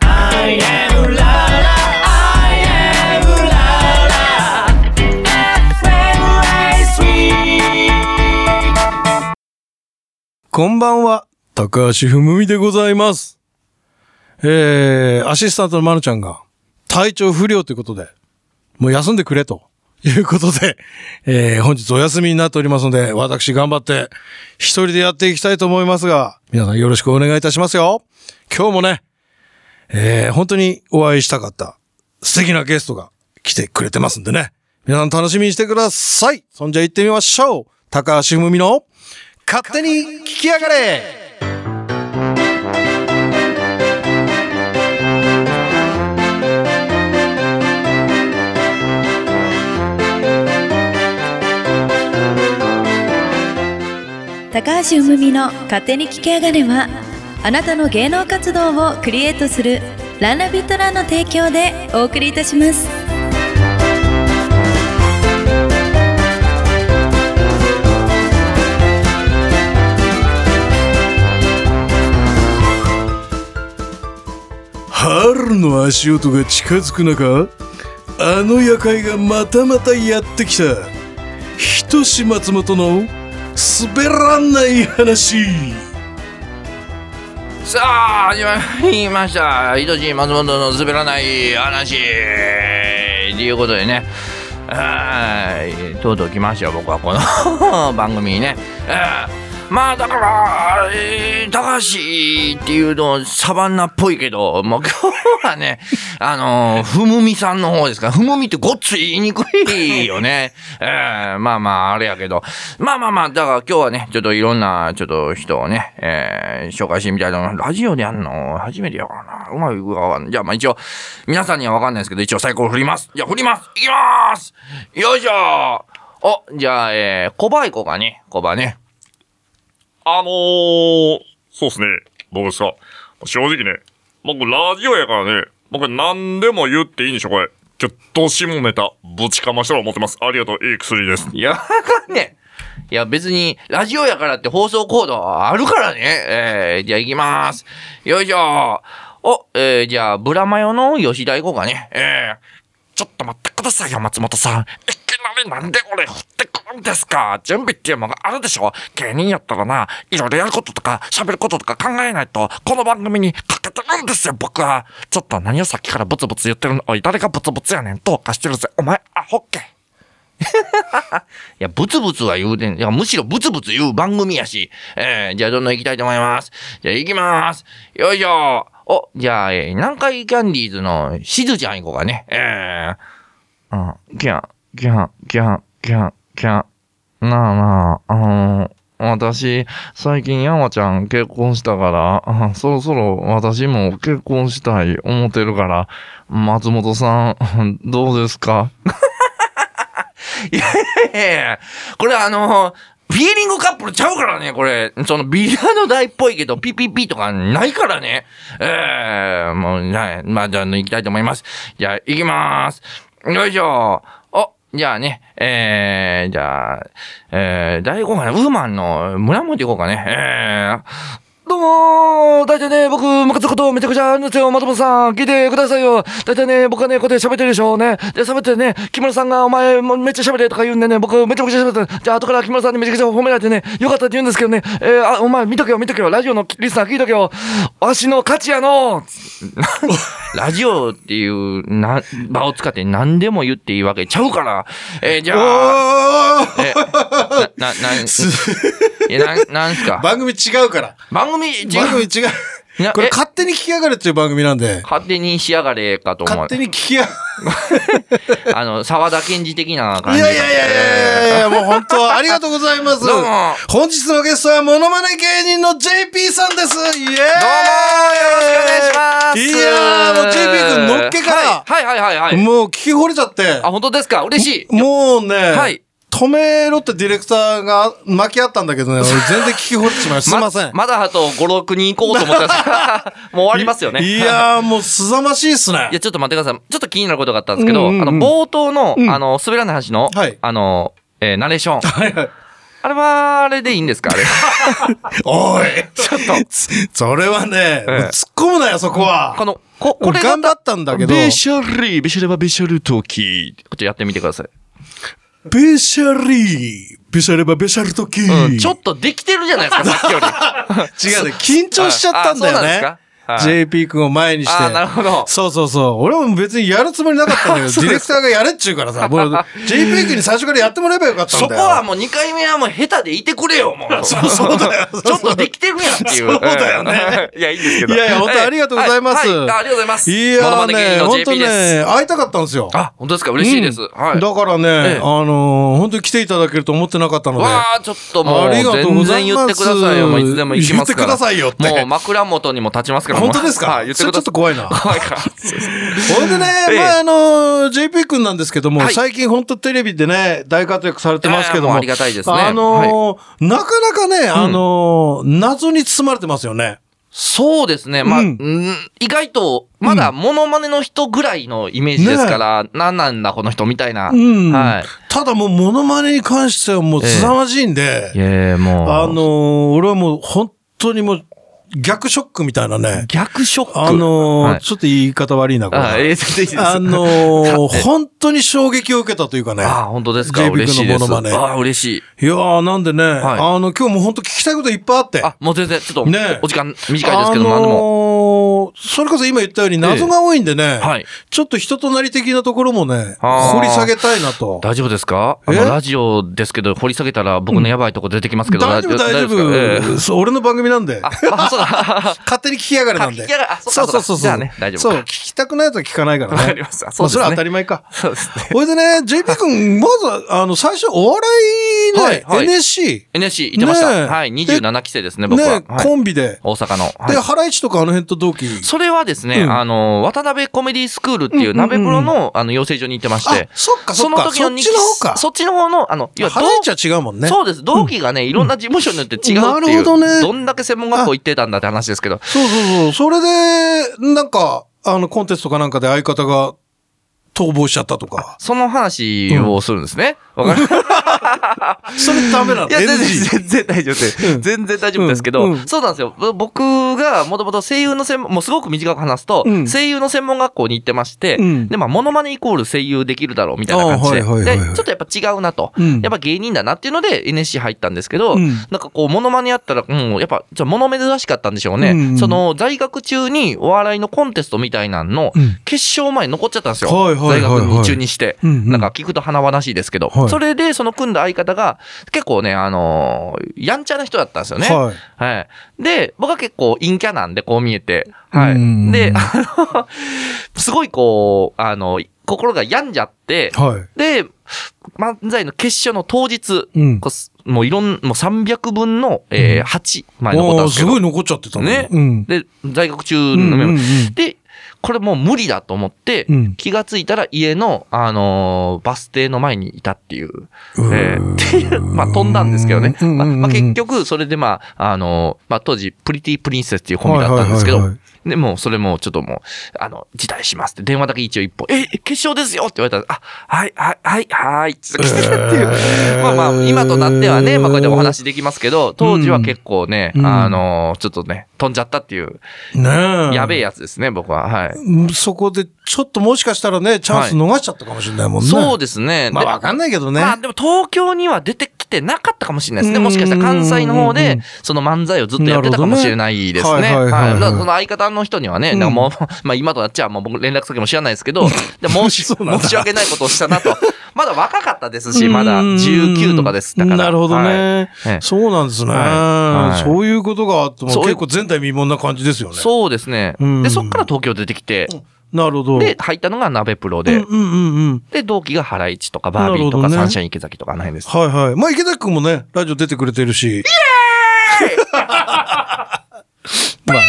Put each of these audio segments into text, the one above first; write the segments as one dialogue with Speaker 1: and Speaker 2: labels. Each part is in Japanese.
Speaker 1: I am la la, I am la la. FM 93.
Speaker 2: こんばんは、高橋文美でございます。えー、アシスタントのまるちゃんが体調不良ということで、もう休んでくれということで、えー、本日お休みになっておりますので、私頑張って一人でやっていきたいと思いますが、皆さんよろしくお願いいたしますよ。今日もね、えー、本当にお会いしたかった素敵なゲストが来てくれてますんでね。皆さん楽しみにしてください。そんじゃ行ってみましょう。高橋文美の勝手に聞きやがれ
Speaker 3: 高橋うむみの勝手に聞き上がれはあなたの芸能活動をクリエイトするランナビットランの提供でお送りいたします
Speaker 2: 春の足音が近づく中あの夜会がまたまたやってきたひとし松本の滑らない話
Speaker 4: さあ始まりました「いとし松本の滑らない話」ということでねはいとうとう来ましたよ僕はこの 番組にねあーまあだから、えー高橋っていうのサバンナっぽいけどもう今日はねあのーふむみさんの方ですからふむみってごっつい言いにくいよね、 えーまあまああれやけどまあまあまあだから今日はねちょっといろんなちょっと人をね、えー紹介してみたいと思いますラジオでやるの初めてやからなうまくいくかわかんないじゃあまあ一応皆さんにはわかんないですけど一応サイコロ振りますじゃあ振りますいきますよいしょおじゃあえー、コバいこうかねコバね
Speaker 5: あのー、そうっすね。僕さ、正直ね、僕ラジオやからね、僕何でも言っていいんでしょ、これ。ちょっと下ネタ、ぶちかましたら思ってます。ありがとう、いい薬です。
Speaker 4: いや、あかんねん。いや、別に、ラジオやからって放送コードあるからね。えー、じゃあ行きます。よいしょ。お、えー、じゃあ、ブラマヨの吉田行こうかね。え
Speaker 5: ちょっと待ってくださいよ、松本さん。いきなりなんで俺振ってくるんですか準備っていうものがあるでしょ芸人やったらな、いろいろやることとか、喋ることとか考えないと、この番組にかけてるんですよ、僕は。ちょっと何をさっきからブツブツ言ってるのおい、誰がブツブツやねん。どうかしてるぜ。お前、アホっけ。
Speaker 4: ー、いや、ブツブツは言うてん。いや、むしろブツブツ言う番組やし。えー、じゃあ、どんどん行きたいと思います。じゃあ、行きます。よいしょ。お、じゃあ、えー、南海キャンディーズのしずちゃん行こうかね。えー、うん、ギャン、ギャン、ギャン、ギャン、ギャン。なあなあ、あの、私、最近山ちゃん結婚したから、 あそろそろ私も結婚したい思ってるから、松本さん、 どうですかいやいやいやこれあの、フィーリングカップルちゃうからね、これ。そのビラの台っぽいけど、ピピピとかないからね。ええもう、ない。まあ、じゃあ、行きたいと思います。じゃあ、行きます。よいしょ。お、じゃあね、ええじゃあ、えー、第5話、ウーマンの村本行こうかね。ええどうもー大体ね、僕、ムカつくことめちゃくちゃあるんですよ、松本さん。聞いてくださいよ。大体ね、僕はね、こうやって喋ってるでしょうね。で、喋ってね、木村さんが、お前、もうめっちゃ喋れとか言うんでね、僕、めちゃくちゃ喋ってる。じゃあ、後から木村さんにめちゃくちゃ褒められてね、よかったって言うんですけどね、えー、あ、お前、見とけよ、見とけよ、ラジオのリスナー聞いとけよ。わしの価値やの ラジオっていう、な、場を使って何でも言っていいわけちゃうから。えーじ
Speaker 2: お
Speaker 4: ゃあ、
Speaker 2: ー
Speaker 4: え、な、 な、なん、え、なん、なんすか
Speaker 2: 番組違うから。
Speaker 4: 番組、違
Speaker 2: 番組
Speaker 4: う。
Speaker 2: 違う
Speaker 4: いや。
Speaker 2: これ
Speaker 4: え
Speaker 2: 勝手に聞きやがれっていう番組なんで、
Speaker 4: 勝手に仕上がれかと思
Speaker 2: 勝
Speaker 4: う
Speaker 2: 手。に聞きや、
Speaker 4: あの、沢田研二的ない感
Speaker 2: やい
Speaker 4: じ。
Speaker 2: やいやいやいや、もう本当ありがとうございます。
Speaker 4: どうも。どうも、よ
Speaker 2: 本日のゲストはモノマネ芸人の JP さんですイエーイ
Speaker 4: ろしくお願いします。
Speaker 2: いやーもう JP 君乗っけから
Speaker 4: はいはいはいはいはい。
Speaker 2: もう聞き惚れちゃって
Speaker 4: あ、、本当ですか嬉しい。
Speaker 2: もうね、
Speaker 4: はい
Speaker 2: 止めろってディレクターが巻き合ったんだ けどね、俺全然聞き惚れてしまいましたすいません。
Speaker 4: まだあと5、6人行こうと思った ら、もう終わりますよね。
Speaker 2: いやーもうすざましいっすね
Speaker 4: いや、。ちょっと待ってください。ちょっと気になることがあったんですけ
Speaker 2: う
Speaker 4: ど、
Speaker 2: んうんうん
Speaker 4: あの、冒頭の、
Speaker 2: うん
Speaker 4: あの、滑らない話の、
Speaker 2: はい
Speaker 4: あの、えーナレーション。
Speaker 2: はいはい。
Speaker 4: あれは、あれでいいんですか あれ。
Speaker 2: おい
Speaker 4: ちょっと、
Speaker 2: つそれはね、
Speaker 4: ええ
Speaker 2: 突っ込むなよ、そこは。
Speaker 4: この、こ、これが
Speaker 2: 頑張ったんだけど、
Speaker 4: べしゃり、べしゃればべしゃるとき。ちょっとやってみてください。
Speaker 2: べしゃりー、べしゃればべしゃるとき、
Speaker 4: うん、ちょっとできてるじゃないですか、さっきより。
Speaker 2: 違うね、緊張しちゃったんだよね。
Speaker 4: あそうなんですかはい
Speaker 2: JP 君を前にして。
Speaker 4: あーなるほど
Speaker 2: そうそうそう。俺も別にやるつもりなかったんだ けど、ディレクターがやれっちゅうからさ、もう JP 君に最初からやってもらえばよかったん
Speaker 4: そこ
Speaker 2: だよ。
Speaker 4: はもう2回目はもう下手でいてくれよ、も う。
Speaker 2: そうそうだよ
Speaker 4: ちょっとできてるやんっていう。
Speaker 2: そうだよね。
Speaker 4: いや、いいんですけど。
Speaker 2: いやいや、本当ありがとうございます。
Speaker 4: はいはいあありがとうございます。
Speaker 2: いや
Speaker 4: モノマ
Speaker 2: ー
Speaker 4: ネ芸
Speaker 2: ね、
Speaker 4: 人の
Speaker 2: 本当
Speaker 4: JP です。
Speaker 2: ね、会いたかったんですよ。
Speaker 4: あ、本当ですか嬉しいです。
Speaker 2: うん
Speaker 4: はい。
Speaker 2: だからね、
Speaker 4: ええ
Speaker 2: あのー本当に来ていただけると思ってなかったので。
Speaker 4: わあ、ちょっともう、
Speaker 2: ありがとうご
Speaker 4: 全
Speaker 2: ざい
Speaker 4: 然言
Speaker 2: ます
Speaker 4: ってくださいよ。もういつでも行きますから。
Speaker 2: 言ってくださいよって
Speaker 4: もう枕元にも立ちますから。
Speaker 2: 本当ですか、
Speaker 4: はい、言って
Speaker 2: それ
Speaker 4: く
Speaker 2: ちょ
Speaker 4: だ
Speaker 2: っ
Speaker 4: さ
Speaker 2: と
Speaker 4: い。
Speaker 2: 怖い な。
Speaker 4: 怖いから。
Speaker 2: ほんでね、
Speaker 4: ええ
Speaker 2: まあ、あのー、JP 君なんですけども、
Speaker 4: はい
Speaker 2: 最近本当テレビでね、大活躍されてますけど
Speaker 4: いやいやもう
Speaker 2: も。
Speaker 4: ありがたいですね
Speaker 2: あのーなかなかね、あのー謎に包まれてますよね。
Speaker 4: そうですね。まあ、
Speaker 2: うん
Speaker 4: うん意外と、まだモノマネの人ぐらいのイメージですから、なんなんだこの人みたいな。
Speaker 2: うん
Speaker 4: はい。
Speaker 2: ただもう、モノマネに関してはもう、
Speaker 4: ええ
Speaker 2: 凄まじいんで、
Speaker 4: いやいやもう。
Speaker 2: あのー俺はもう、本当にもう、逆ショックみたいなね。
Speaker 4: 逆ショック。
Speaker 2: あのー
Speaker 4: はい
Speaker 2: ちょっと言い方悪いな、これ。
Speaker 4: あ、ええ全然いいです。
Speaker 2: あのー本当に衝撃を受けたというかね。
Speaker 4: あ、本当ですか
Speaker 2: JB
Speaker 4: 嬉しいです。
Speaker 2: 君のモノマネ
Speaker 4: あ、嬉しい。
Speaker 2: いやー、なんでね、
Speaker 4: い
Speaker 2: あの、今日も本当聞きたいこといっぱいあって。
Speaker 4: あ、もう全然、ちょっと
Speaker 2: ねえ、
Speaker 4: お時間短いですけど、
Speaker 2: あ
Speaker 4: 何
Speaker 2: の
Speaker 4: で
Speaker 2: ー
Speaker 4: も。
Speaker 2: それこそ今言ったように謎が多いんでね、
Speaker 4: はい
Speaker 2: ちょっと人となり的なところもね、
Speaker 4: あー
Speaker 2: 掘り下げたいなと。
Speaker 4: 大丈夫ですかあ
Speaker 2: え
Speaker 4: の、ラジオですけど、掘り下げたら僕のやばいとこ出てきますけど、
Speaker 2: 大丈夫、大丈
Speaker 4: ですかええ
Speaker 2: 夫。そう俺の番組なんで。
Speaker 4: あ、そうだ。
Speaker 2: 勝手に聞きやがれなんで。
Speaker 4: あ聞きやがれあそうか
Speaker 2: そうそうそうそう。
Speaker 4: そうかじゃあね大丈夫
Speaker 2: そう、聞きたくないとは聞かないからね。
Speaker 4: わかりましたそ
Speaker 2: そうう
Speaker 4: です
Speaker 2: それ
Speaker 4: ね
Speaker 2: は当たり前か。
Speaker 4: そうですね。
Speaker 2: これでね、JP 君、まず、あの、最初、お笑いね、
Speaker 4: はいはい
Speaker 2: NSC、
Speaker 4: NSC 行ってました。
Speaker 2: ねえ
Speaker 4: はい、27期生ですね、僕は。
Speaker 2: ね、
Speaker 4: はい
Speaker 2: コンビで。
Speaker 4: 大阪の。はい
Speaker 2: で、ハライチとかあの辺と同期。
Speaker 4: それはですね、
Speaker 2: うん
Speaker 4: あの、渡辺コメディスクールっていう鍋プロの、あの、養成所に行ってまして。
Speaker 2: あそっかそっか
Speaker 4: の時の二期
Speaker 2: そっちの方か
Speaker 4: そっちの方の、あの、いわゆる
Speaker 2: ハライチは違うもんね。
Speaker 4: そうです。同期がね、いろんな事務所によって違うってい
Speaker 2: な
Speaker 4: う。
Speaker 2: るほどね
Speaker 4: んだけ専門学校行ってたんだって話ですけど。
Speaker 2: そうそうそう。それで、なんか、あの、コンテストかなんかで相方が逃亡しちゃったとか。
Speaker 4: その話をするんですね。わ、かる
Speaker 2: それダメなの
Speaker 4: いや、全然
Speaker 2: NG。、
Speaker 4: 全然大丈夫です。
Speaker 2: うん
Speaker 4: 全然大丈夫ですけど、
Speaker 2: うんうん
Speaker 4: そうなんですよ。ぼ僕が、もともと声優の専門、もうすごく短く話すと、
Speaker 2: うん
Speaker 4: 声優の専門学校に行ってまして、
Speaker 2: うん
Speaker 4: で、まあ、モノマネイコール声優できるだろう、みたいな感じで。
Speaker 2: あーはいはいはいはい
Speaker 4: で、ちょっとやっぱ違うなと。
Speaker 2: うん
Speaker 4: やっぱ芸人だなっていうので、NSC 入ったんですけど、
Speaker 2: うん
Speaker 4: なんかこう、モノマネやったら、うん、やっぱ、ちょ、物珍しかったんでしょうね。
Speaker 2: うん
Speaker 4: その、在学中にお笑いのコンテストみたいなの、
Speaker 2: うん
Speaker 4: 決勝前に残っちゃったんですよ。
Speaker 2: はいはいはいはい
Speaker 4: 在学中にして。
Speaker 2: うんうん
Speaker 4: なんか聞くと華々しいですけど、
Speaker 2: はい
Speaker 4: それでその組んだ相方が結構ね、あのーやんちゃな人だったんですよね。は
Speaker 2: はい。
Speaker 4: い。で、僕は結構陰キャなんでこう見えて、は
Speaker 2: うん
Speaker 4: い。で、あの、 すごいこう、あの、心が病んじゃって、
Speaker 2: はい。
Speaker 4: で、漫才の決勝の当日、
Speaker 2: うん
Speaker 4: こうすもういろん、もう300分の、えー、8、前のことなん
Speaker 2: おー
Speaker 4: ですけ
Speaker 2: す
Speaker 4: ど
Speaker 2: ごい残っちゃってたの
Speaker 4: ね
Speaker 2: うん。
Speaker 4: で、在学中
Speaker 2: うん
Speaker 4: のメ
Speaker 2: う
Speaker 4: モ
Speaker 2: んうん
Speaker 4: で、これもう無理だと思って、
Speaker 2: うん
Speaker 4: 気がついたら家の、あのーバス停の前にいたっていう、えーっていう、 まあ飛んだんですけどね。
Speaker 2: うんうん
Speaker 4: まあ
Speaker 2: うんうん
Speaker 4: まあ結局、それでまあ、あのーまあ当時、プリティプリンセスっていうコンビだったんですけど、
Speaker 2: はいはいはい
Speaker 4: で、もうそれもちょっともう、あの、辞退しますって電話だけ一応一本、え、決勝ですよって言われたら、あ、はい、はい、はい、はい、って来てたっていう。まあまあ、今となってはね、まあこうやってお話できますけど、当時は結構ね、
Speaker 2: うん
Speaker 4: あのーちょっとね、飛んじゃったっていう、
Speaker 2: ねえ。
Speaker 4: やべえやつですね、僕は。はい。
Speaker 2: うんそこで、ちょっともしかしたらね、チャンス逃しちゃったかもしれないもんね。
Speaker 4: そうですね。
Speaker 2: まあ
Speaker 4: で
Speaker 2: わかんないけどね。
Speaker 4: まあでも東京には出てきてなかったかもしれないですね。
Speaker 2: うん
Speaker 4: もしかしたら関西の方
Speaker 2: うんうんう
Speaker 4: で
Speaker 2: ん、
Speaker 4: その漫才をずっとやってたかもしれないです
Speaker 2: な
Speaker 4: ね。
Speaker 2: るほどねはいはいはい
Speaker 4: は。
Speaker 2: はいい
Speaker 4: だからその相方の人にはね、
Speaker 2: うん
Speaker 4: なんかもう、 まあ今となっちゃもう僕連絡先も知らないですけど、で申し
Speaker 2: そうなんだ
Speaker 4: 申し訳ないことをしたなと。まだ若かったですし、
Speaker 2: うん
Speaker 4: まだ19とかです。だから。
Speaker 2: なるほど
Speaker 4: はい
Speaker 2: ね。
Speaker 4: ええ
Speaker 2: そうなんですね、
Speaker 4: はいはい
Speaker 2: そういうことがあっても
Speaker 4: そう
Speaker 2: 結構前代未聞な感じですよね。
Speaker 4: そうですね。
Speaker 2: うん
Speaker 4: で、そっから東京出てきて、
Speaker 2: なるほど。
Speaker 4: で、入ったのが鍋プロ
Speaker 2: うん
Speaker 4: で、
Speaker 2: うんうんうん。
Speaker 4: で、同期がハライチとかバービー
Speaker 2: なる
Speaker 4: と
Speaker 2: ほど
Speaker 4: か
Speaker 2: ね
Speaker 4: サンシャイン池崎とかあの辺です。
Speaker 2: はいはい。まあ池崎くんもね、ラジオ出てくれてる し。まあね、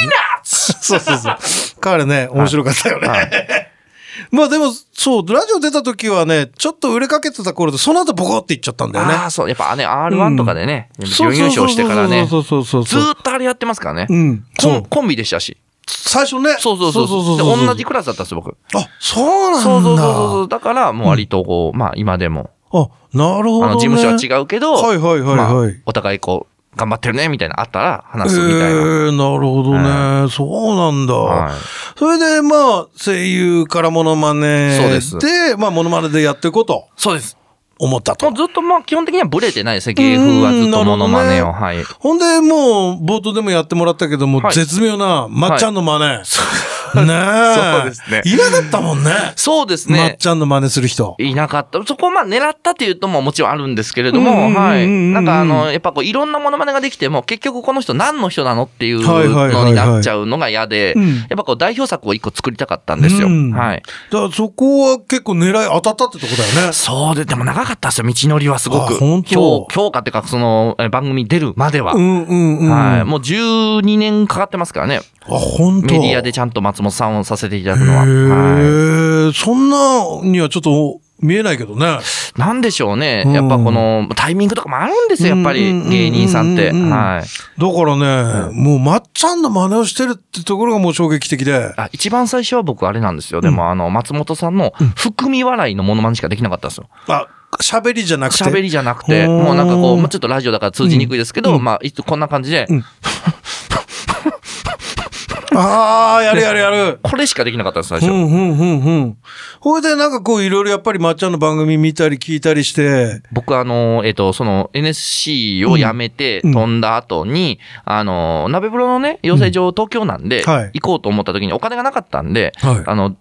Speaker 2: そうそうそう。彼ね、面白かったよね。 まあでも、そう、ラジオ出た時はね、ちょっと売れかけてた頃で、その後ボコっていっちゃったんだよね
Speaker 4: あ。あ、そう、やっぱね、R1 とかでね、
Speaker 2: そ
Speaker 4: 準
Speaker 2: う
Speaker 4: 優
Speaker 2: そうそ
Speaker 4: 勝
Speaker 2: う
Speaker 4: してからね、
Speaker 2: そうそうそう
Speaker 4: ず
Speaker 2: そう。
Speaker 4: ーっとあれやってますからね。
Speaker 2: うん。
Speaker 4: コ
Speaker 2: そ
Speaker 4: ン
Speaker 2: う。
Speaker 4: コンビでしたし。
Speaker 2: 最初ね。
Speaker 4: そうそうそうそう
Speaker 2: そうそうそう
Speaker 4: で同じクラスだったんですよ、僕。
Speaker 2: あ、そうなんだ。
Speaker 4: そうそうそうそう。だから、もう割とこう、まあ今でも。
Speaker 2: あ、なるほど、
Speaker 6: あ
Speaker 2: ね。
Speaker 6: の事務所は違うけど、
Speaker 2: はいはいはいはい
Speaker 6: まあお互いこう、頑張ってるね、みたいな、あったら
Speaker 2: え
Speaker 6: 話すみたいな。
Speaker 2: えなるほどね。そうなんだ。
Speaker 6: はい
Speaker 2: それで、まあ、声優からモノマネ
Speaker 6: そうです
Speaker 2: で、まあ、モノマネでやっていこうと
Speaker 6: そうです。
Speaker 2: 思った
Speaker 6: も
Speaker 2: と
Speaker 6: う。ずっとまあ基本的にはブレてないですね。芸風はずっとモノマネ
Speaker 2: う
Speaker 6: を。
Speaker 2: ん
Speaker 6: はい。
Speaker 2: ほんで、もう、冒頭でもやってもらったけども、
Speaker 6: はい
Speaker 2: 絶妙な、まっちゃんの真似。
Speaker 6: そう
Speaker 2: ねえ。
Speaker 6: ですね
Speaker 2: いなかったもんね。
Speaker 6: そうです
Speaker 2: まっ
Speaker 6: ね。
Speaker 2: ちゃんの真似する人。
Speaker 6: いなかった。そこをまあ狙ったっていうとももちろんあるんですけれど
Speaker 2: うんうんうん
Speaker 6: も、
Speaker 2: うん
Speaker 6: はい。なんかあの、やっぱこういろんなモノマネができても、結局この人何の人なのっていう
Speaker 2: はいはいはいはい
Speaker 6: のになっちゃうのが嫌で
Speaker 2: うん、
Speaker 6: やっぱこう代表作を一個作りたかったんですよ。
Speaker 2: うん
Speaker 6: はい。
Speaker 2: だから、そこは結構狙い当たったってとこだよね。
Speaker 6: そうで、でも長かったですよ、道のりはすご
Speaker 2: あ
Speaker 6: く。
Speaker 2: 本当
Speaker 6: 強強化っていうか、その、え番組出るまでは。
Speaker 2: うんうんうん。
Speaker 6: はい。
Speaker 2: あ、
Speaker 6: もう12年かかってますからね。
Speaker 2: 本当
Speaker 6: メディアでちゃんと松本さんをさせていただくのは。はい
Speaker 2: へえ、そんなにはちょっと見えないけどね。
Speaker 6: なんでしょうね。
Speaker 2: うん
Speaker 6: やっぱこのタイミングとかもあるんですよ、やっぱり
Speaker 2: うんうんうんうん
Speaker 6: 芸人さんって。
Speaker 2: うん
Speaker 6: はい。
Speaker 2: だからね、もうまっちゃんの真似をしてるってところがもう衝撃的で。
Speaker 6: あ一番最初は僕あれなんですよ。でもあの、松本さんの含み笑いのモノマネしかできなかったんですよ。
Speaker 2: あ、喋りじゃなくて。
Speaker 6: 喋りじゃなくて、
Speaker 2: ほー
Speaker 6: もうなんかこう、まあちょっとラジオだから通じにくいですけど、
Speaker 2: うん
Speaker 6: まあいつこんな感じで
Speaker 2: う、んああ、やるやるや る。
Speaker 6: これしかできなかったんです、最
Speaker 2: う
Speaker 6: 初。
Speaker 2: んうんうんうん。ほいでなんかこういろいろやっぱりまっちゃんの番組見たり聞いたりして。
Speaker 6: 僕あの、えっ、と、その NSC を辞めて
Speaker 2: うん
Speaker 6: 飛んだ後に、あの、鍋風呂のね、養成所東京なんで、
Speaker 2: うんはい
Speaker 6: 行こうと思った時にお金がなかったんで、
Speaker 2: はい
Speaker 6: あの、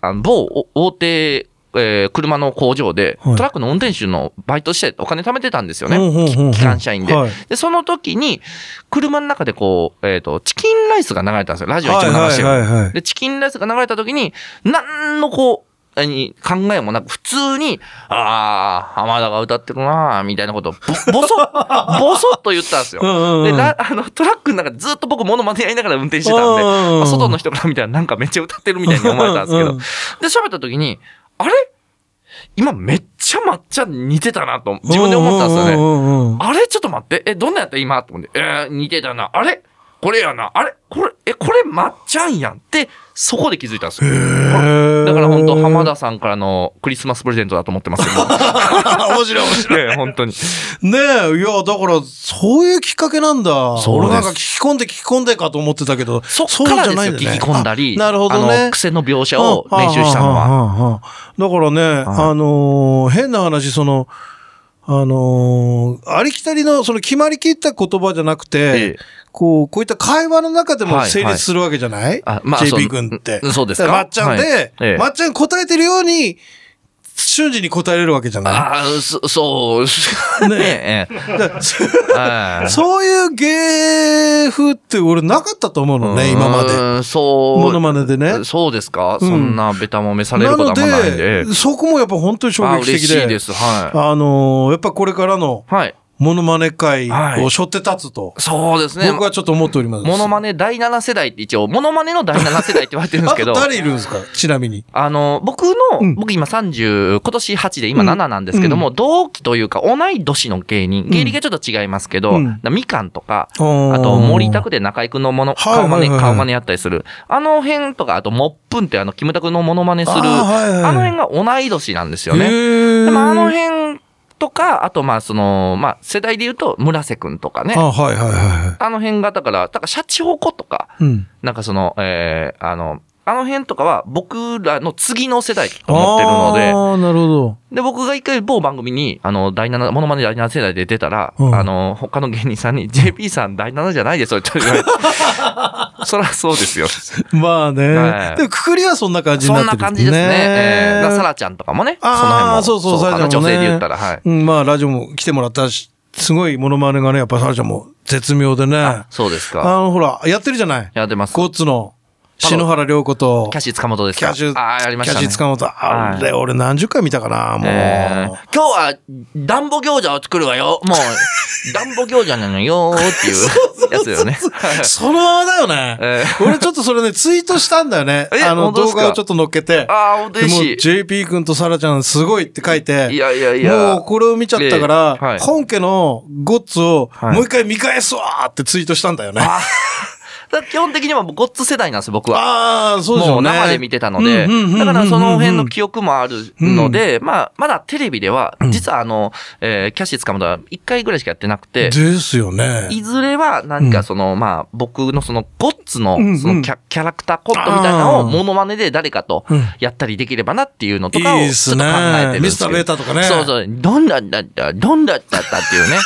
Speaker 6: あの某お大手、えー車の工場で、
Speaker 2: はい
Speaker 6: トラックの運転手のバイトしてお金貯めてたんですよね。
Speaker 2: うんうんうんうん
Speaker 6: き機関社員で、
Speaker 2: はい
Speaker 6: で、その時に、車の中でこう、えっ、と、チキンライスが流れたんですよ。ラジオ一応流してる。
Speaker 2: はいはいはいはい
Speaker 6: で、チキンライスが流れた時に、何のこう、何考えもなく、普通に、ああ、浜田が歌ってるなーみたいなことを、ぼ、 ぼそ、ぼそっと言ったんですよ。
Speaker 2: うんうんうん
Speaker 6: で、な あの、トラックの中でずっと僕、モノマネやりながら運転してたんで、
Speaker 2: うんうんうん
Speaker 6: あ外の人から見たらなんかめっちゃ歌ってるみたいに思われたんですけど、
Speaker 2: うんうん
Speaker 6: で、喋った時に、あれ今めっちゃ抹茶似てたなと、自分で思ったんですよね。
Speaker 2: うんうんうんうん
Speaker 6: あれちょっと待って。え、どんなんやった今と思って。えー似てたな。あれこれやな。あれこれ、え、これまっちゃんやんって、そこで気づいたんですよ。だから本当浜田さんからのクリスマスプレゼントだと思ってますけど。面白い面白い。本当に。
Speaker 2: ねえ、いや、だから、そういうきっかけなんだ。
Speaker 6: そうです
Speaker 2: 俺なんか聞き込んで聞き込んでかと思ってたけど、
Speaker 6: そっからですよ、聞き込んだり。
Speaker 2: あなるほどね。
Speaker 6: あの、癖の描写を練習したのは。
Speaker 2: は。だからね、あのー変な話、その、あのーありきたりの、その決まりきった言葉じゃなく
Speaker 6: え
Speaker 2: て
Speaker 6: え、
Speaker 2: こう、こういった会話の中でも
Speaker 6: はい
Speaker 2: 成立するわけじゃない
Speaker 6: あまあそう
Speaker 2: ?JP 君って
Speaker 6: う。んそうですか
Speaker 2: だらまっちゃん
Speaker 6: はいええ
Speaker 2: で、まっちゃん答えてるように、瞬時に答えれるわけじゃない
Speaker 6: ああ、そそう。 ねえ。
Speaker 2: だから
Speaker 6: は い
Speaker 2: そういう芸風って俺なかったと思うのね、今まで。
Speaker 6: うんそう。
Speaker 2: モノマネでね。
Speaker 6: そうですか、
Speaker 2: うん
Speaker 6: そんなベタもめされる
Speaker 2: な
Speaker 6: こと
Speaker 2: の
Speaker 6: はあんまないんで。
Speaker 2: で、そこもやっぱ本当に衝
Speaker 6: あ
Speaker 2: 撃
Speaker 6: 嬉
Speaker 2: 的
Speaker 6: し
Speaker 2: で。
Speaker 6: いです。は
Speaker 2: あのーやっぱこれからの
Speaker 6: い。はい。
Speaker 2: モノマネ界
Speaker 6: はい
Speaker 2: を背負って立つと、
Speaker 6: そうですね。
Speaker 2: 僕はちょっと思っております。
Speaker 6: モノマネ第7世代って一応、モノマネの第7世代って言われてるんですけど
Speaker 2: あと、 誰いるんですかちなみに。
Speaker 6: あの、僕
Speaker 2: うん
Speaker 6: の、僕今30、今年8で今7なんですけども、同期というか同い年の芸人、芸歴がちょっと違いますけど、
Speaker 2: うん
Speaker 6: みかんとか、
Speaker 2: あ
Speaker 6: あと、森田区で中居君のもの、
Speaker 2: はいはい
Speaker 6: 顔
Speaker 2: は
Speaker 6: マ
Speaker 2: いはい
Speaker 6: ネ、顔マネやったりする。あの辺とか、あと、もっぷんってあの、キムタクのモノマネする、
Speaker 2: あーはいはい
Speaker 6: あの辺が同い年なんですよね。
Speaker 2: ね
Speaker 6: でもあの辺とか、あとまあその、まあ世代で言うと村瀬くんとかね。
Speaker 2: あ、はいはいは
Speaker 6: あの辺が、だから、だからシャチホコとか、
Speaker 2: い。うん。
Speaker 6: なんかその、えー、あの、あの辺とかは僕らの次の世代と思ってるので、
Speaker 2: ああ、なるほど。
Speaker 6: で、僕が一回某番組に、あの、第7、モノマネ第7世代で出たら、
Speaker 2: うん
Speaker 6: あの、他の芸人さんに、JP さん第7じゃないですよ、って言われて。 そらそうですよ。
Speaker 2: まあ
Speaker 6: は
Speaker 2: ね。
Speaker 6: い
Speaker 2: でも、くくりはそんな感じ
Speaker 6: そ
Speaker 2: になって
Speaker 6: んな
Speaker 2: る
Speaker 6: 感じですね。えー、だからサラちゃんとかもね。その辺
Speaker 2: あ
Speaker 6: も
Speaker 2: あ、そうそう、
Speaker 6: そう
Speaker 2: サラちゃんも
Speaker 6: あの女
Speaker 2: ね。
Speaker 6: 性で言ったら、はい。
Speaker 2: うん、まあ、ラジオも来てもらったし、すごいモノマネがね、やっぱサラちゃんも絶妙でね。あ
Speaker 6: そうですか。
Speaker 2: の、ほら、やってるじゃない。
Speaker 6: やってます。
Speaker 2: ゴッツの、篠原涼子と
Speaker 6: キャ、シー塚本ですか
Speaker 2: キャシー
Speaker 6: ああ、やりま
Speaker 2: キ
Speaker 6: し
Speaker 2: ャ
Speaker 6: た、ね。
Speaker 2: シー塚本。あれ、俺何十回見たかな、もう。
Speaker 6: えー今日は、ダンボ餃子を作るわよ。もう、 ダンボ餃子なのよーっていうやつよね。
Speaker 2: そのままだよね。
Speaker 6: え
Speaker 2: 俺ちょっとそれね、ツイートしたんだよね
Speaker 6: 。え
Speaker 2: あの、
Speaker 6: 本当で
Speaker 2: 動
Speaker 6: すか
Speaker 2: 画をちょっと載っけて。
Speaker 6: ああ、本当
Speaker 2: で
Speaker 6: に
Speaker 2: も
Speaker 6: しい。
Speaker 2: JP 君とサラちゃんすごいって書いて。
Speaker 6: いやいやいや。
Speaker 2: もうこれを見ちゃったから、
Speaker 6: ええはい
Speaker 2: 本家のゴッツを
Speaker 6: はい
Speaker 2: もう一回見返すわーってツイートしたんだよね。
Speaker 6: あだから基本的にはもうゴッツ世代なんです、僕は。
Speaker 2: ああ、そうでしょ
Speaker 6: も
Speaker 2: う
Speaker 6: う
Speaker 2: ね。
Speaker 6: 生で見てたので、だからその辺の記憶もあるので、まあ、まだテレビでは、実はあの、えーキャッシーつかむのは1回ぐらいしかやってなくて、
Speaker 2: ですよね。
Speaker 6: いずれは、なんかその、まあ、僕のその、ゴッツの
Speaker 2: んうん、
Speaker 6: そのキャ、キャラクターコットみたいなの
Speaker 2: あ
Speaker 6: を、
Speaker 2: ー
Speaker 6: モノマネで誰かと
Speaker 2: うん、
Speaker 6: やったりできればなっていうの
Speaker 2: い
Speaker 6: とかを、
Speaker 2: いっ
Speaker 6: ちょ
Speaker 2: す
Speaker 6: っと考えて
Speaker 2: ね。
Speaker 6: るん
Speaker 2: ミ
Speaker 6: で
Speaker 2: ス
Speaker 6: す
Speaker 2: ター
Speaker 6: けど。
Speaker 2: ベータとかね。
Speaker 6: そうそう、どんなんだった、どんだったったっ ていうね。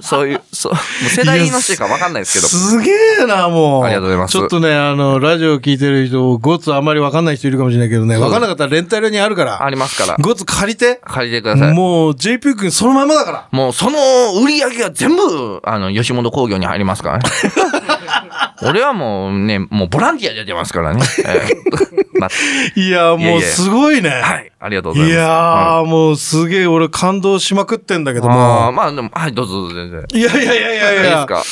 Speaker 6: そういう、そう、もう世代の人しかわかんないですけど。
Speaker 2: すげえな、もう。
Speaker 6: ありがとうございます
Speaker 2: ちょっとね、あの、ラジオ聞いてる人、ゴツあんまりわかんない人いるかもしれないけどね、
Speaker 6: う
Speaker 2: わかんなかったらレンタルにあるから。
Speaker 6: ありますから、
Speaker 2: ゴツ借りて。
Speaker 6: 借りてください。
Speaker 2: もう、JP 君そのままだから。
Speaker 6: もうその売り上げが全部、あの、吉本興業に入りま すからね。俺はもうね、もうボランティアで出てますからね。え えま
Speaker 2: いや、
Speaker 6: いやい
Speaker 2: もう
Speaker 6: や
Speaker 2: すごいね。
Speaker 6: あはい、ありがとうござい
Speaker 2: い
Speaker 6: ます。
Speaker 2: やー、もうすげえ俺感動しまくってんだけど
Speaker 6: あー
Speaker 2: も。
Speaker 6: まあでも、はい、どうぞ、全然。
Speaker 2: いやいやいやいやい
Speaker 6: い
Speaker 2: や
Speaker 6: いですか。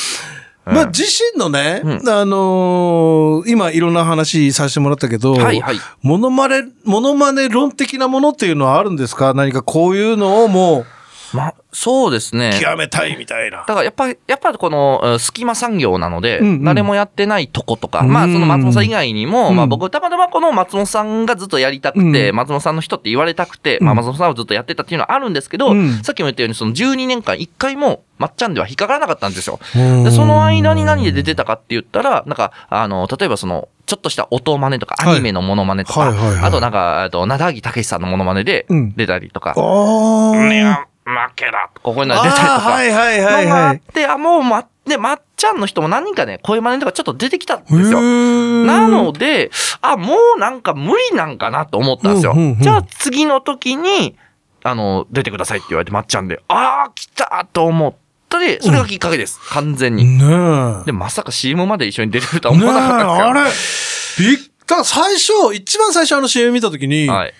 Speaker 2: まあ自身のね、
Speaker 6: うん
Speaker 2: あのー今いろんな話させてもらったけど、
Speaker 6: はいはい
Speaker 2: モノマネ、モノマネ論的なものっていうのはあるんですか何かこういうのをもう
Speaker 6: まあ、そうですね。
Speaker 2: 極めたいみたいな。
Speaker 6: だからやっぱり、やっぱこの、うん隙間産業なので、
Speaker 2: うんうん
Speaker 6: 誰もやってないとことか、
Speaker 2: うん
Speaker 6: まあその松本さん以外にも、
Speaker 2: うん
Speaker 6: まあ僕、たまたまこの松本さんがずっとやりたくて、
Speaker 2: うん
Speaker 6: 松本さんの人って言われたくて、
Speaker 2: ん
Speaker 6: まあ松本さんをずっとやってたっていうのはあるんですけど、
Speaker 2: うん
Speaker 6: さっきも言ったように、その12年間一回も、まっちゃんでは引っかからなかったんですよ。
Speaker 2: で
Speaker 6: で、その間に何で出てたかって言ったら、なんか、あの、例えばその、ちょっとした音真似とか、
Speaker 2: はい
Speaker 6: アニメのモノマネとか、
Speaker 2: はいはいはい
Speaker 6: あとなんか、えっと、なだぎたけしさんのモノマネで
Speaker 2: うん
Speaker 6: 出たりとか、
Speaker 2: あー
Speaker 4: 俺は負けだ。
Speaker 6: ここに出たりと
Speaker 2: あー、
Speaker 6: か
Speaker 2: は、いはいは
Speaker 6: の
Speaker 2: い
Speaker 6: があ
Speaker 2: は
Speaker 6: っ
Speaker 2: い。
Speaker 6: て、あ、もうま、で、まっちゃんの人も何人かね、声真似とかちょっと出てきたんで
Speaker 2: へ
Speaker 6: すよ。
Speaker 2: ー
Speaker 6: なので、あ、もうなんか無理なんかなと思ったんですよ
Speaker 2: うんうんうん。
Speaker 6: じゃあ次の時に、あの、出てくださいって言われて、まっちゃんで、あー、来たと思ったで、それがきっかけです。完全に。
Speaker 2: ねえ。
Speaker 6: で、まさか CM まで一緒に出れるとは
Speaker 2: ね
Speaker 6: 思
Speaker 2: え、
Speaker 6: わなかったですか
Speaker 2: あ
Speaker 6: ら
Speaker 2: れ、びっだから最初、一番最初あの CM 見たときに、
Speaker 6: はい。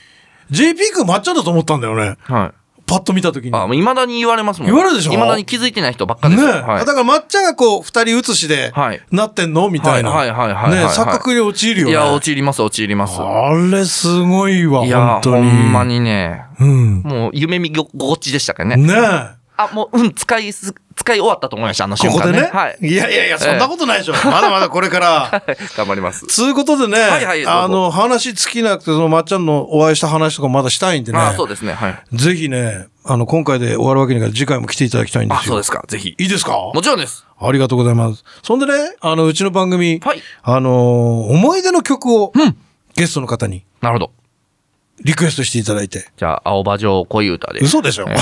Speaker 2: JP 君抹茶だと思ったんだよね。
Speaker 6: はい。
Speaker 2: パッと見たときに。
Speaker 6: あ、もう未だに言われますもん。
Speaker 2: 言われるでしょ
Speaker 6: 未だに気づいてない人ばっか
Speaker 2: ね
Speaker 6: です
Speaker 2: え、
Speaker 6: よ。はい
Speaker 2: だから抹茶がこう、二人写しで、
Speaker 6: はい
Speaker 2: なってんのみたいな。
Speaker 6: はいはいはいはいはい
Speaker 2: ねえ
Speaker 6: はい
Speaker 2: 錯覚に陥るよ
Speaker 6: い
Speaker 2: ね。
Speaker 6: や、陥ります、陥ります。
Speaker 2: あれすごいわ、
Speaker 6: いや
Speaker 2: 本、当
Speaker 6: ほ
Speaker 2: に。
Speaker 6: んま。にね、
Speaker 2: うん。
Speaker 6: もう夢見ごごちでしたからね。
Speaker 2: ねえ。
Speaker 6: あ、もう、うん、使いす、使い終わったと思いました、あの瞬
Speaker 2: ここ
Speaker 6: 間
Speaker 2: で
Speaker 6: ね。
Speaker 2: ね。
Speaker 6: はい。
Speaker 2: いやいやいや、そんなことないで しょ。まだまだこれから。
Speaker 6: 頑張ります。
Speaker 2: つうことでね、
Speaker 6: はいはいどうぞ
Speaker 2: あの、話尽きなくて、そのまっちゃんのお会いした話とかまだしたいんでね。
Speaker 6: あそうですね。はい。
Speaker 2: ぜひね、あの、今回で終わるわけにから次回も来ていただきたいんで
Speaker 6: あ、
Speaker 2: す
Speaker 6: そう
Speaker 2: よ。
Speaker 6: ですか。ぜひ。
Speaker 2: いいですか
Speaker 6: もちろんです。
Speaker 2: ありがとうございます。そんでね、あの、うちの番組、
Speaker 6: はい
Speaker 2: あのー、思い出の曲を、
Speaker 6: うん
Speaker 2: ゲストの方に
Speaker 6: なるほど。
Speaker 2: リクエストしていただいて。
Speaker 6: じゃあ、青葉城恋歌で。
Speaker 2: 嘘で しょ
Speaker 6: 違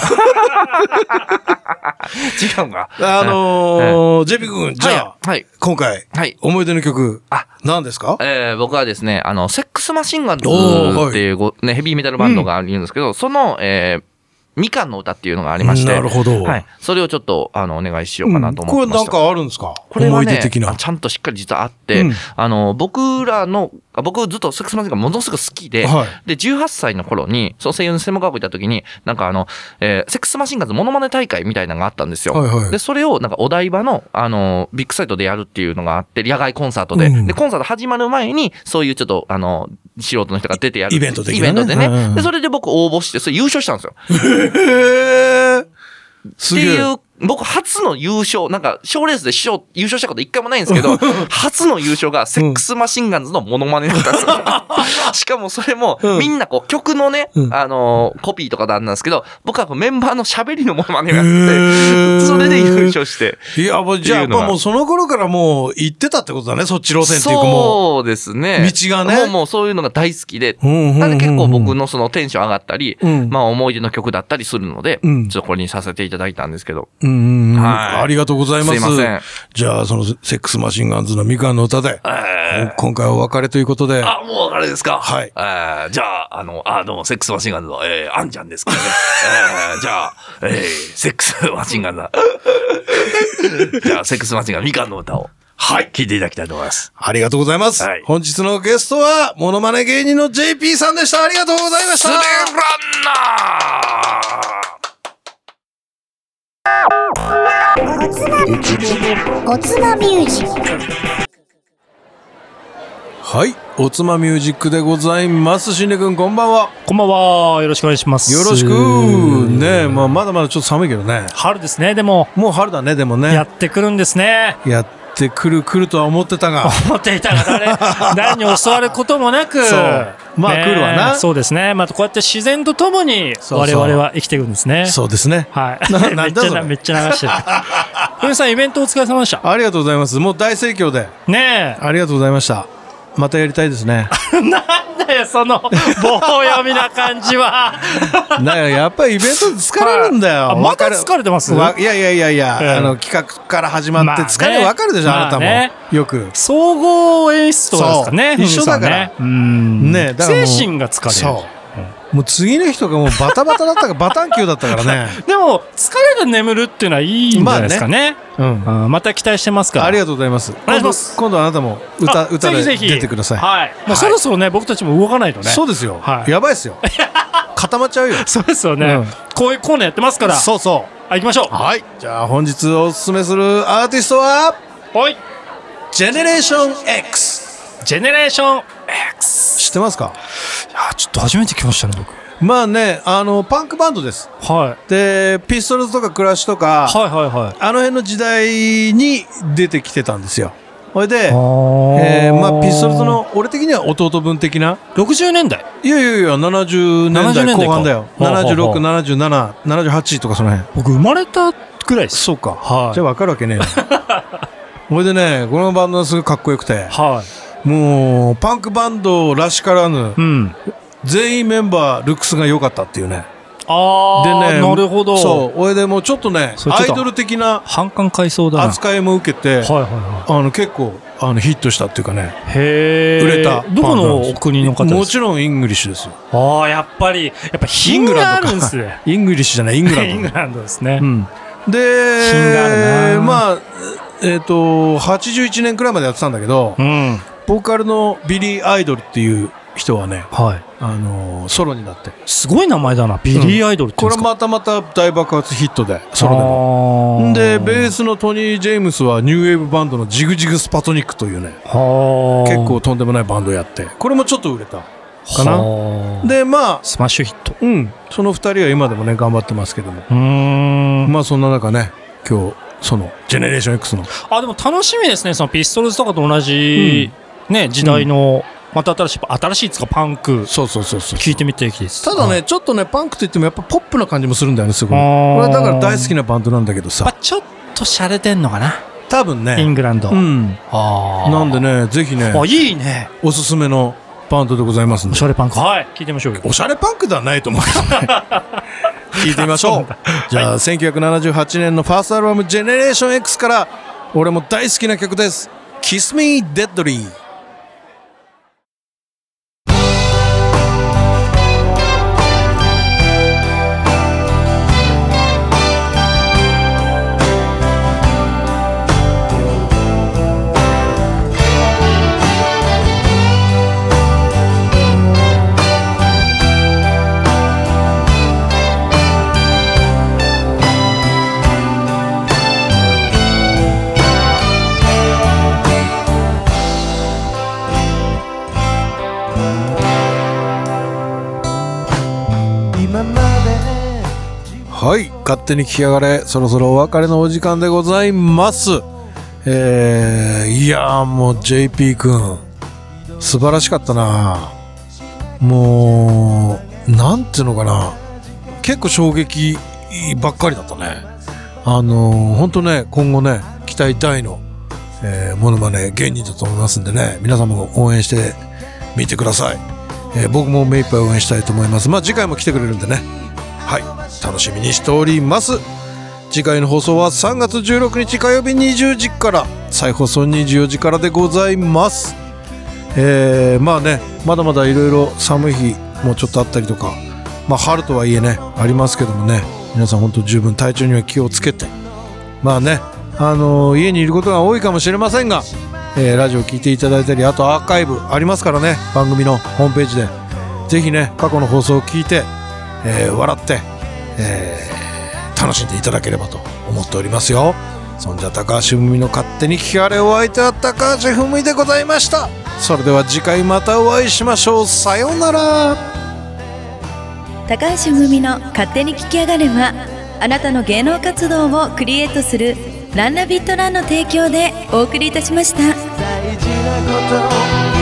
Speaker 6: うんか。
Speaker 2: あのー、ジェピ君、じゃあ、
Speaker 6: はいはい
Speaker 2: 今回、
Speaker 6: はい
Speaker 2: 思い出の曲、
Speaker 6: あ
Speaker 2: 何ですか
Speaker 6: えー、僕はですね、あの、セックスマシンガンズ
Speaker 2: おーはい
Speaker 6: っていうご、ね、ヘビーメタルバンドがあるんですけど、その、えー、みかんの歌っていうのがありまして。
Speaker 2: なるほど
Speaker 6: はい。それをちょっと、あの、お願いしようかなと思
Speaker 2: こ
Speaker 6: って
Speaker 2: れ
Speaker 6: ま
Speaker 2: な
Speaker 6: し
Speaker 2: ん
Speaker 6: た。
Speaker 2: かあるんですか
Speaker 6: これは
Speaker 2: 思
Speaker 6: ね
Speaker 2: い出的な
Speaker 6: あ。ちゃんとしっかり実はあって、
Speaker 2: うん
Speaker 6: あの、僕らの、あ僕ずっとセックスマジンがものすごく好きで、
Speaker 2: は
Speaker 6: で、18歳の頃に、その声優の専門学校行った時に、なんかあの、えーセックスマシンガンズモノマネ大会みたいなのがあったんですよ。
Speaker 2: はいはい
Speaker 6: で、それをなんかお台場の、あの、ビッグサイトでやるっていうのがあって、野外コンサートで、
Speaker 2: うん
Speaker 6: で、コンサート始まる前に、そういうちょっと、あの、素人の人が出てやる。
Speaker 2: イベント的
Speaker 6: イ
Speaker 2: なね
Speaker 6: ベントでね。
Speaker 2: うんうん
Speaker 6: で、それで僕応募して、それ優勝したんですよ。
Speaker 2: へー
Speaker 6: っ
Speaker 2: す
Speaker 6: て
Speaker 2: げえ。
Speaker 6: いう、僕初の優勝、なんか賞レースで師匠優勝したこと一回もないんですけ ど、初の優勝がセックスマシンガンズのモノマネだったんですよ。しかもそれ も
Speaker 2: うん、
Speaker 6: みんなこう曲のね、
Speaker 2: うん
Speaker 6: あのーコピーとかなんですけど、僕はこうメンバーの喋りのモノマネ
Speaker 2: へ
Speaker 6: をやって、
Speaker 2: ー
Speaker 6: それで優勝して。
Speaker 2: いや、もうじゃあ、
Speaker 6: っていうのが
Speaker 2: まあもうその頃からもう行ってたってことだね、そっち路線っていうかもう。
Speaker 6: そうですね。
Speaker 2: 道がね
Speaker 6: もうもうそういうのが大好きで、
Speaker 2: うんうんうんうん
Speaker 6: なんで結構僕のそのテンション上がったり、
Speaker 2: うん
Speaker 6: まあ思い出の曲だったりするので、
Speaker 2: うん
Speaker 6: ちょっとこれにさせていただいたんですけど。
Speaker 2: うんうんうん
Speaker 6: はい
Speaker 2: ありがとうございます。
Speaker 6: すいません
Speaker 2: じゃあ、そのセックスマシンガンズのみかんの歌で、今回お別れということで、
Speaker 4: あ、もうあれですか
Speaker 2: はい
Speaker 4: えーじゃあ、あの、あ、どうも、セックスマシンガンズの、えー、アンちゃんですけ どね。えーじゃあ、えー、セックスマシンガンズだ。じゃあ、セックスマシンガンズ、み かんの歌を、はい、聴いていただきたいと思います。
Speaker 2: ありがとうございます。
Speaker 4: はい
Speaker 2: 本日のゲストは、モノマネ芸人の JP さんでした。ありがとうございました。
Speaker 7: おつまミュージック
Speaker 2: はい。おつまミュージックでございます。しんねくん、こんばんは。
Speaker 8: こんばんは。よろしくお願いします。
Speaker 2: よろしく。ねえ、まあ、まだまだちょっと寒いけどね。
Speaker 8: 春ですね、でも、
Speaker 2: もう春だね、でもね。
Speaker 8: やってくるんですね。
Speaker 2: やっってくるくるとは思ってた が、
Speaker 8: 思っていたが誰 誰に教わることもなく
Speaker 2: そうまあ
Speaker 8: ねえ
Speaker 2: 来るわな
Speaker 8: そうですねまたこうやって自然とともに
Speaker 2: そう
Speaker 8: 我
Speaker 2: そう
Speaker 8: 々は生きていくんですね
Speaker 2: そうですね。
Speaker 8: はい
Speaker 2: な
Speaker 8: めっちゃ
Speaker 2: なんだそれ
Speaker 8: めっちゃ流してるふみさんイベントお疲れ様でした
Speaker 2: ありがとうございます。もう大盛況で。
Speaker 8: ね
Speaker 2: ありがとうございました。またやりたいです ね。
Speaker 8: え なんだよその棒読みな感 じは
Speaker 2: なんかやっぱりイベントで疲れるんだよ。
Speaker 8: あまた
Speaker 2: わかる
Speaker 8: 疲れてます
Speaker 2: わいやいやいやいや、
Speaker 8: ええ
Speaker 2: あの企画から始まって
Speaker 8: まあね
Speaker 2: 疲れ分かるでしょ、あなたも、
Speaker 8: まあね
Speaker 2: よく。
Speaker 8: 総合演出とかですかね
Speaker 2: そう一緒だから
Speaker 8: ふみさんねうん
Speaker 2: ねえだからもう
Speaker 8: 精神が疲れる
Speaker 2: そう。もう次の日とかもうバタバタだった からバタン級だったからね。
Speaker 8: でも疲れて眠るっていうのはいいんじゃないですかね,、
Speaker 2: うん。
Speaker 8: うんまた期待してますから
Speaker 2: ありがとうございます。お
Speaker 8: 願いします
Speaker 2: 今度今度あなたも歌、歌で出てください。
Speaker 8: はい。もうそろそろね、僕たちも動かないとね。
Speaker 2: そうですよ、
Speaker 8: はい
Speaker 2: やばいです よ。固まっちゃうよ。
Speaker 8: そうですよね、
Speaker 2: うん
Speaker 8: こういうコーナーやってますから。
Speaker 2: そうそ
Speaker 8: あ、行きましょう。
Speaker 2: う。はい。じゃあ本日おすすめするアーティストは、
Speaker 8: はい。
Speaker 2: ジェネレーション X。
Speaker 8: ジェネレーション。
Speaker 2: 知ってますか
Speaker 8: あ、ちょっと初めて来ましたね、僕。
Speaker 2: まあね、あの、パンクバンドです。
Speaker 8: はい。
Speaker 2: で、ピストルズとかクラッシュとか、
Speaker 8: はいはいはい。
Speaker 2: あの辺の時代に出てきてたんですよ。それで、
Speaker 8: ー
Speaker 2: えーまあ、ピストルズの、俺的には弟分的な。
Speaker 8: 60年代。
Speaker 2: いやいやいや、70年
Speaker 8: 70
Speaker 2: 代
Speaker 8: 年代
Speaker 2: 後
Speaker 8: か
Speaker 2: 半だよ。
Speaker 8: はあはあ
Speaker 2: 76、77、78とかその辺。
Speaker 8: 僕生まれたくらいです。
Speaker 2: そうか。
Speaker 8: はい
Speaker 2: じゃあ分かるわけねえな。それでね、このバンドはすごいかっこよくて、
Speaker 8: はい。
Speaker 2: もう、パンクバンドらしからぬ
Speaker 8: う、ん。
Speaker 2: 全員メンバー、ルックスが良かったっていうね。
Speaker 8: あ
Speaker 2: で
Speaker 8: ー、
Speaker 2: ね、
Speaker 8: なるほど。
Speaker 2: そう、俺でもうちょっとね、
Speaker 8: それち
Speaker 2: ア
Speaker 8: ょっ
Speaker 2: イ
Speaker 8: と
Speaker 2: ドル的な
Speaker 8: 反感回想だな。はい
Speaker 2: 扱いも受けて、
Speaker 8: はいは
Speaker 2: あの結構あのヒットしたっていうかね、
Speaker 8: い。へー
Speaker 2: 売れた
Speaker 8: どこのお国の方で
Speaker 2: も
Speaker 8: す
Speaker 2: ちろんイングリッシュですよ。
Speaker 8: かああ、やっぱり、やっぱ
Speaker 2: イ
Speaker 8: 品があるんです
Speaker 2: か
Speaker 8: ね。。
Speaker 2: イングリッシュじゃない、イングラ
Speaker 8: イ
Speaker 2: ン
Speaker 8: ン
Speaker 2: ド
Speaker 8: グ。ランドですね。
Speaker 2: うん、
Speaker 8: 品があ
Speaker 2: で
Speaker 8: る、な
Speaker 2: まあ、えっ、と、81年くらいまでやってたんだけど、
Speaker 8: うん。
Speaker 2: ボーカルのビリー・アイドルっていう人はね、
Speaker 8: はい。
Speaker 2: あのソロになって。
Speaker 8: すごい名前だな。ビリー・アイドルって
Speaker 2: これ
Speaker 8: 言うんですか、
Speaker 2: またまた大爆発ヒットで、ソ
Speaker 8: そ
Speaker 2: ロ
Speaker 8: れ
Speaker 2: でも。んで、ベー
Speaker 8: ス。
Speaker 2: スのトニー・ジェームスはニューウェーブバンドのジグジグ・スパトニックというね、
Speaker 8: 結構
Speaker 2: 結構とんでもないバンドやって、これもちょっと売れたかな。
Speaker 8: なで、
Speaker 2: で、まあ、
Speaker 8: スマッシュヒット。
Speaker 2: うん、その二人は今でもね、頑張ってますけども。
Speaker 8: うーん。
Speaker 2: まあそんな中ね、今日、その、ジェネレーション x の。
Speaker 8: あ、でも楽しみですね。そのピストルズとかと同じ、ね、時代の、また新しい、新しいっつうかパンク、
Speaker 2: そうそうそうそう。
Speaker 8: 聞いてみていきです。
Speaker 2: ただ
Speaker 8: はい、
Speaker 2: ね、ちょっとね、パンクといってもやっぱポップな感じもするんだよね、すごい。
Speaker 8: あ
Speaker 2: こ
Speaker 8: ー
Speaker 2: れはだから大好きなバンドなんだけど
Speaker 8: やっ
Speaker 2: さ
Speaker 8: ぱ。ちょっと洒落てんのかな。
Speaker 2: 多分
Speaker 8: イン
Speaker 2: ね。
Speaker 8: グランド。
Speaker 2: うん。
Speaker 8: あー
Speaker 2: なんでね、ぜひね、
Speaker 8: あ、いいね。
Speaker 2: おすすめのバンドでございますん
Speaker 8: お
Speaker 2: で
Speaker 8: し。ゃれパンク。はい。聞いてみましょうよ。
Speaker 2: おしゃれパンクではないと思うけどね。聞いてみまし ょう。じゃあ、1978年のファーストアルバム、ジェネレーション x から、俺も大好きな曲です。Kiss Me Deadly。はい勝手に聞きやがれそろそろお別れのお時間でございますえー、いやーもう JP 君素晴らしかったなもうなんていうのかな結構衝撃ばっかりだったねあのー、ほんとね今後ね期待大の、えー、モノマネ芸人だと思いますんでね皆様も応援してみてください、えー僕も目いっぱい応援したいと思いますまあ次回も来てくれるんでねはい、楽しみにしております。次回の放送は3月16日火曜日20時から、再放送24時からでございます。えー、まあね、まだまだいろいろ寒い日もちょっとあったりとか、まあ春とはいえね、ありますけどもね、皆さん本当十分体調には気をつけて、まあね、あのー家にいることが多いかもしれませんが、えーラジオ聞いていただいたり、あとアーカイブありますからね、番組のホームページで、ぜひね、過去の放送を聞いて、えー笑って、えー楽しんでいただければと思っておりますよそんじゃ高橋文美の勝手に聞かれお相手は高橋文美でございましたそれでは次回またお会いしましょうさようなら
Speaker 3: 高橋むみの勝手に聞き上がれはあなたの芸能活動をクリエイトするランナビットランの提供でお送りいたしました。
Speaker 2: 大事なこと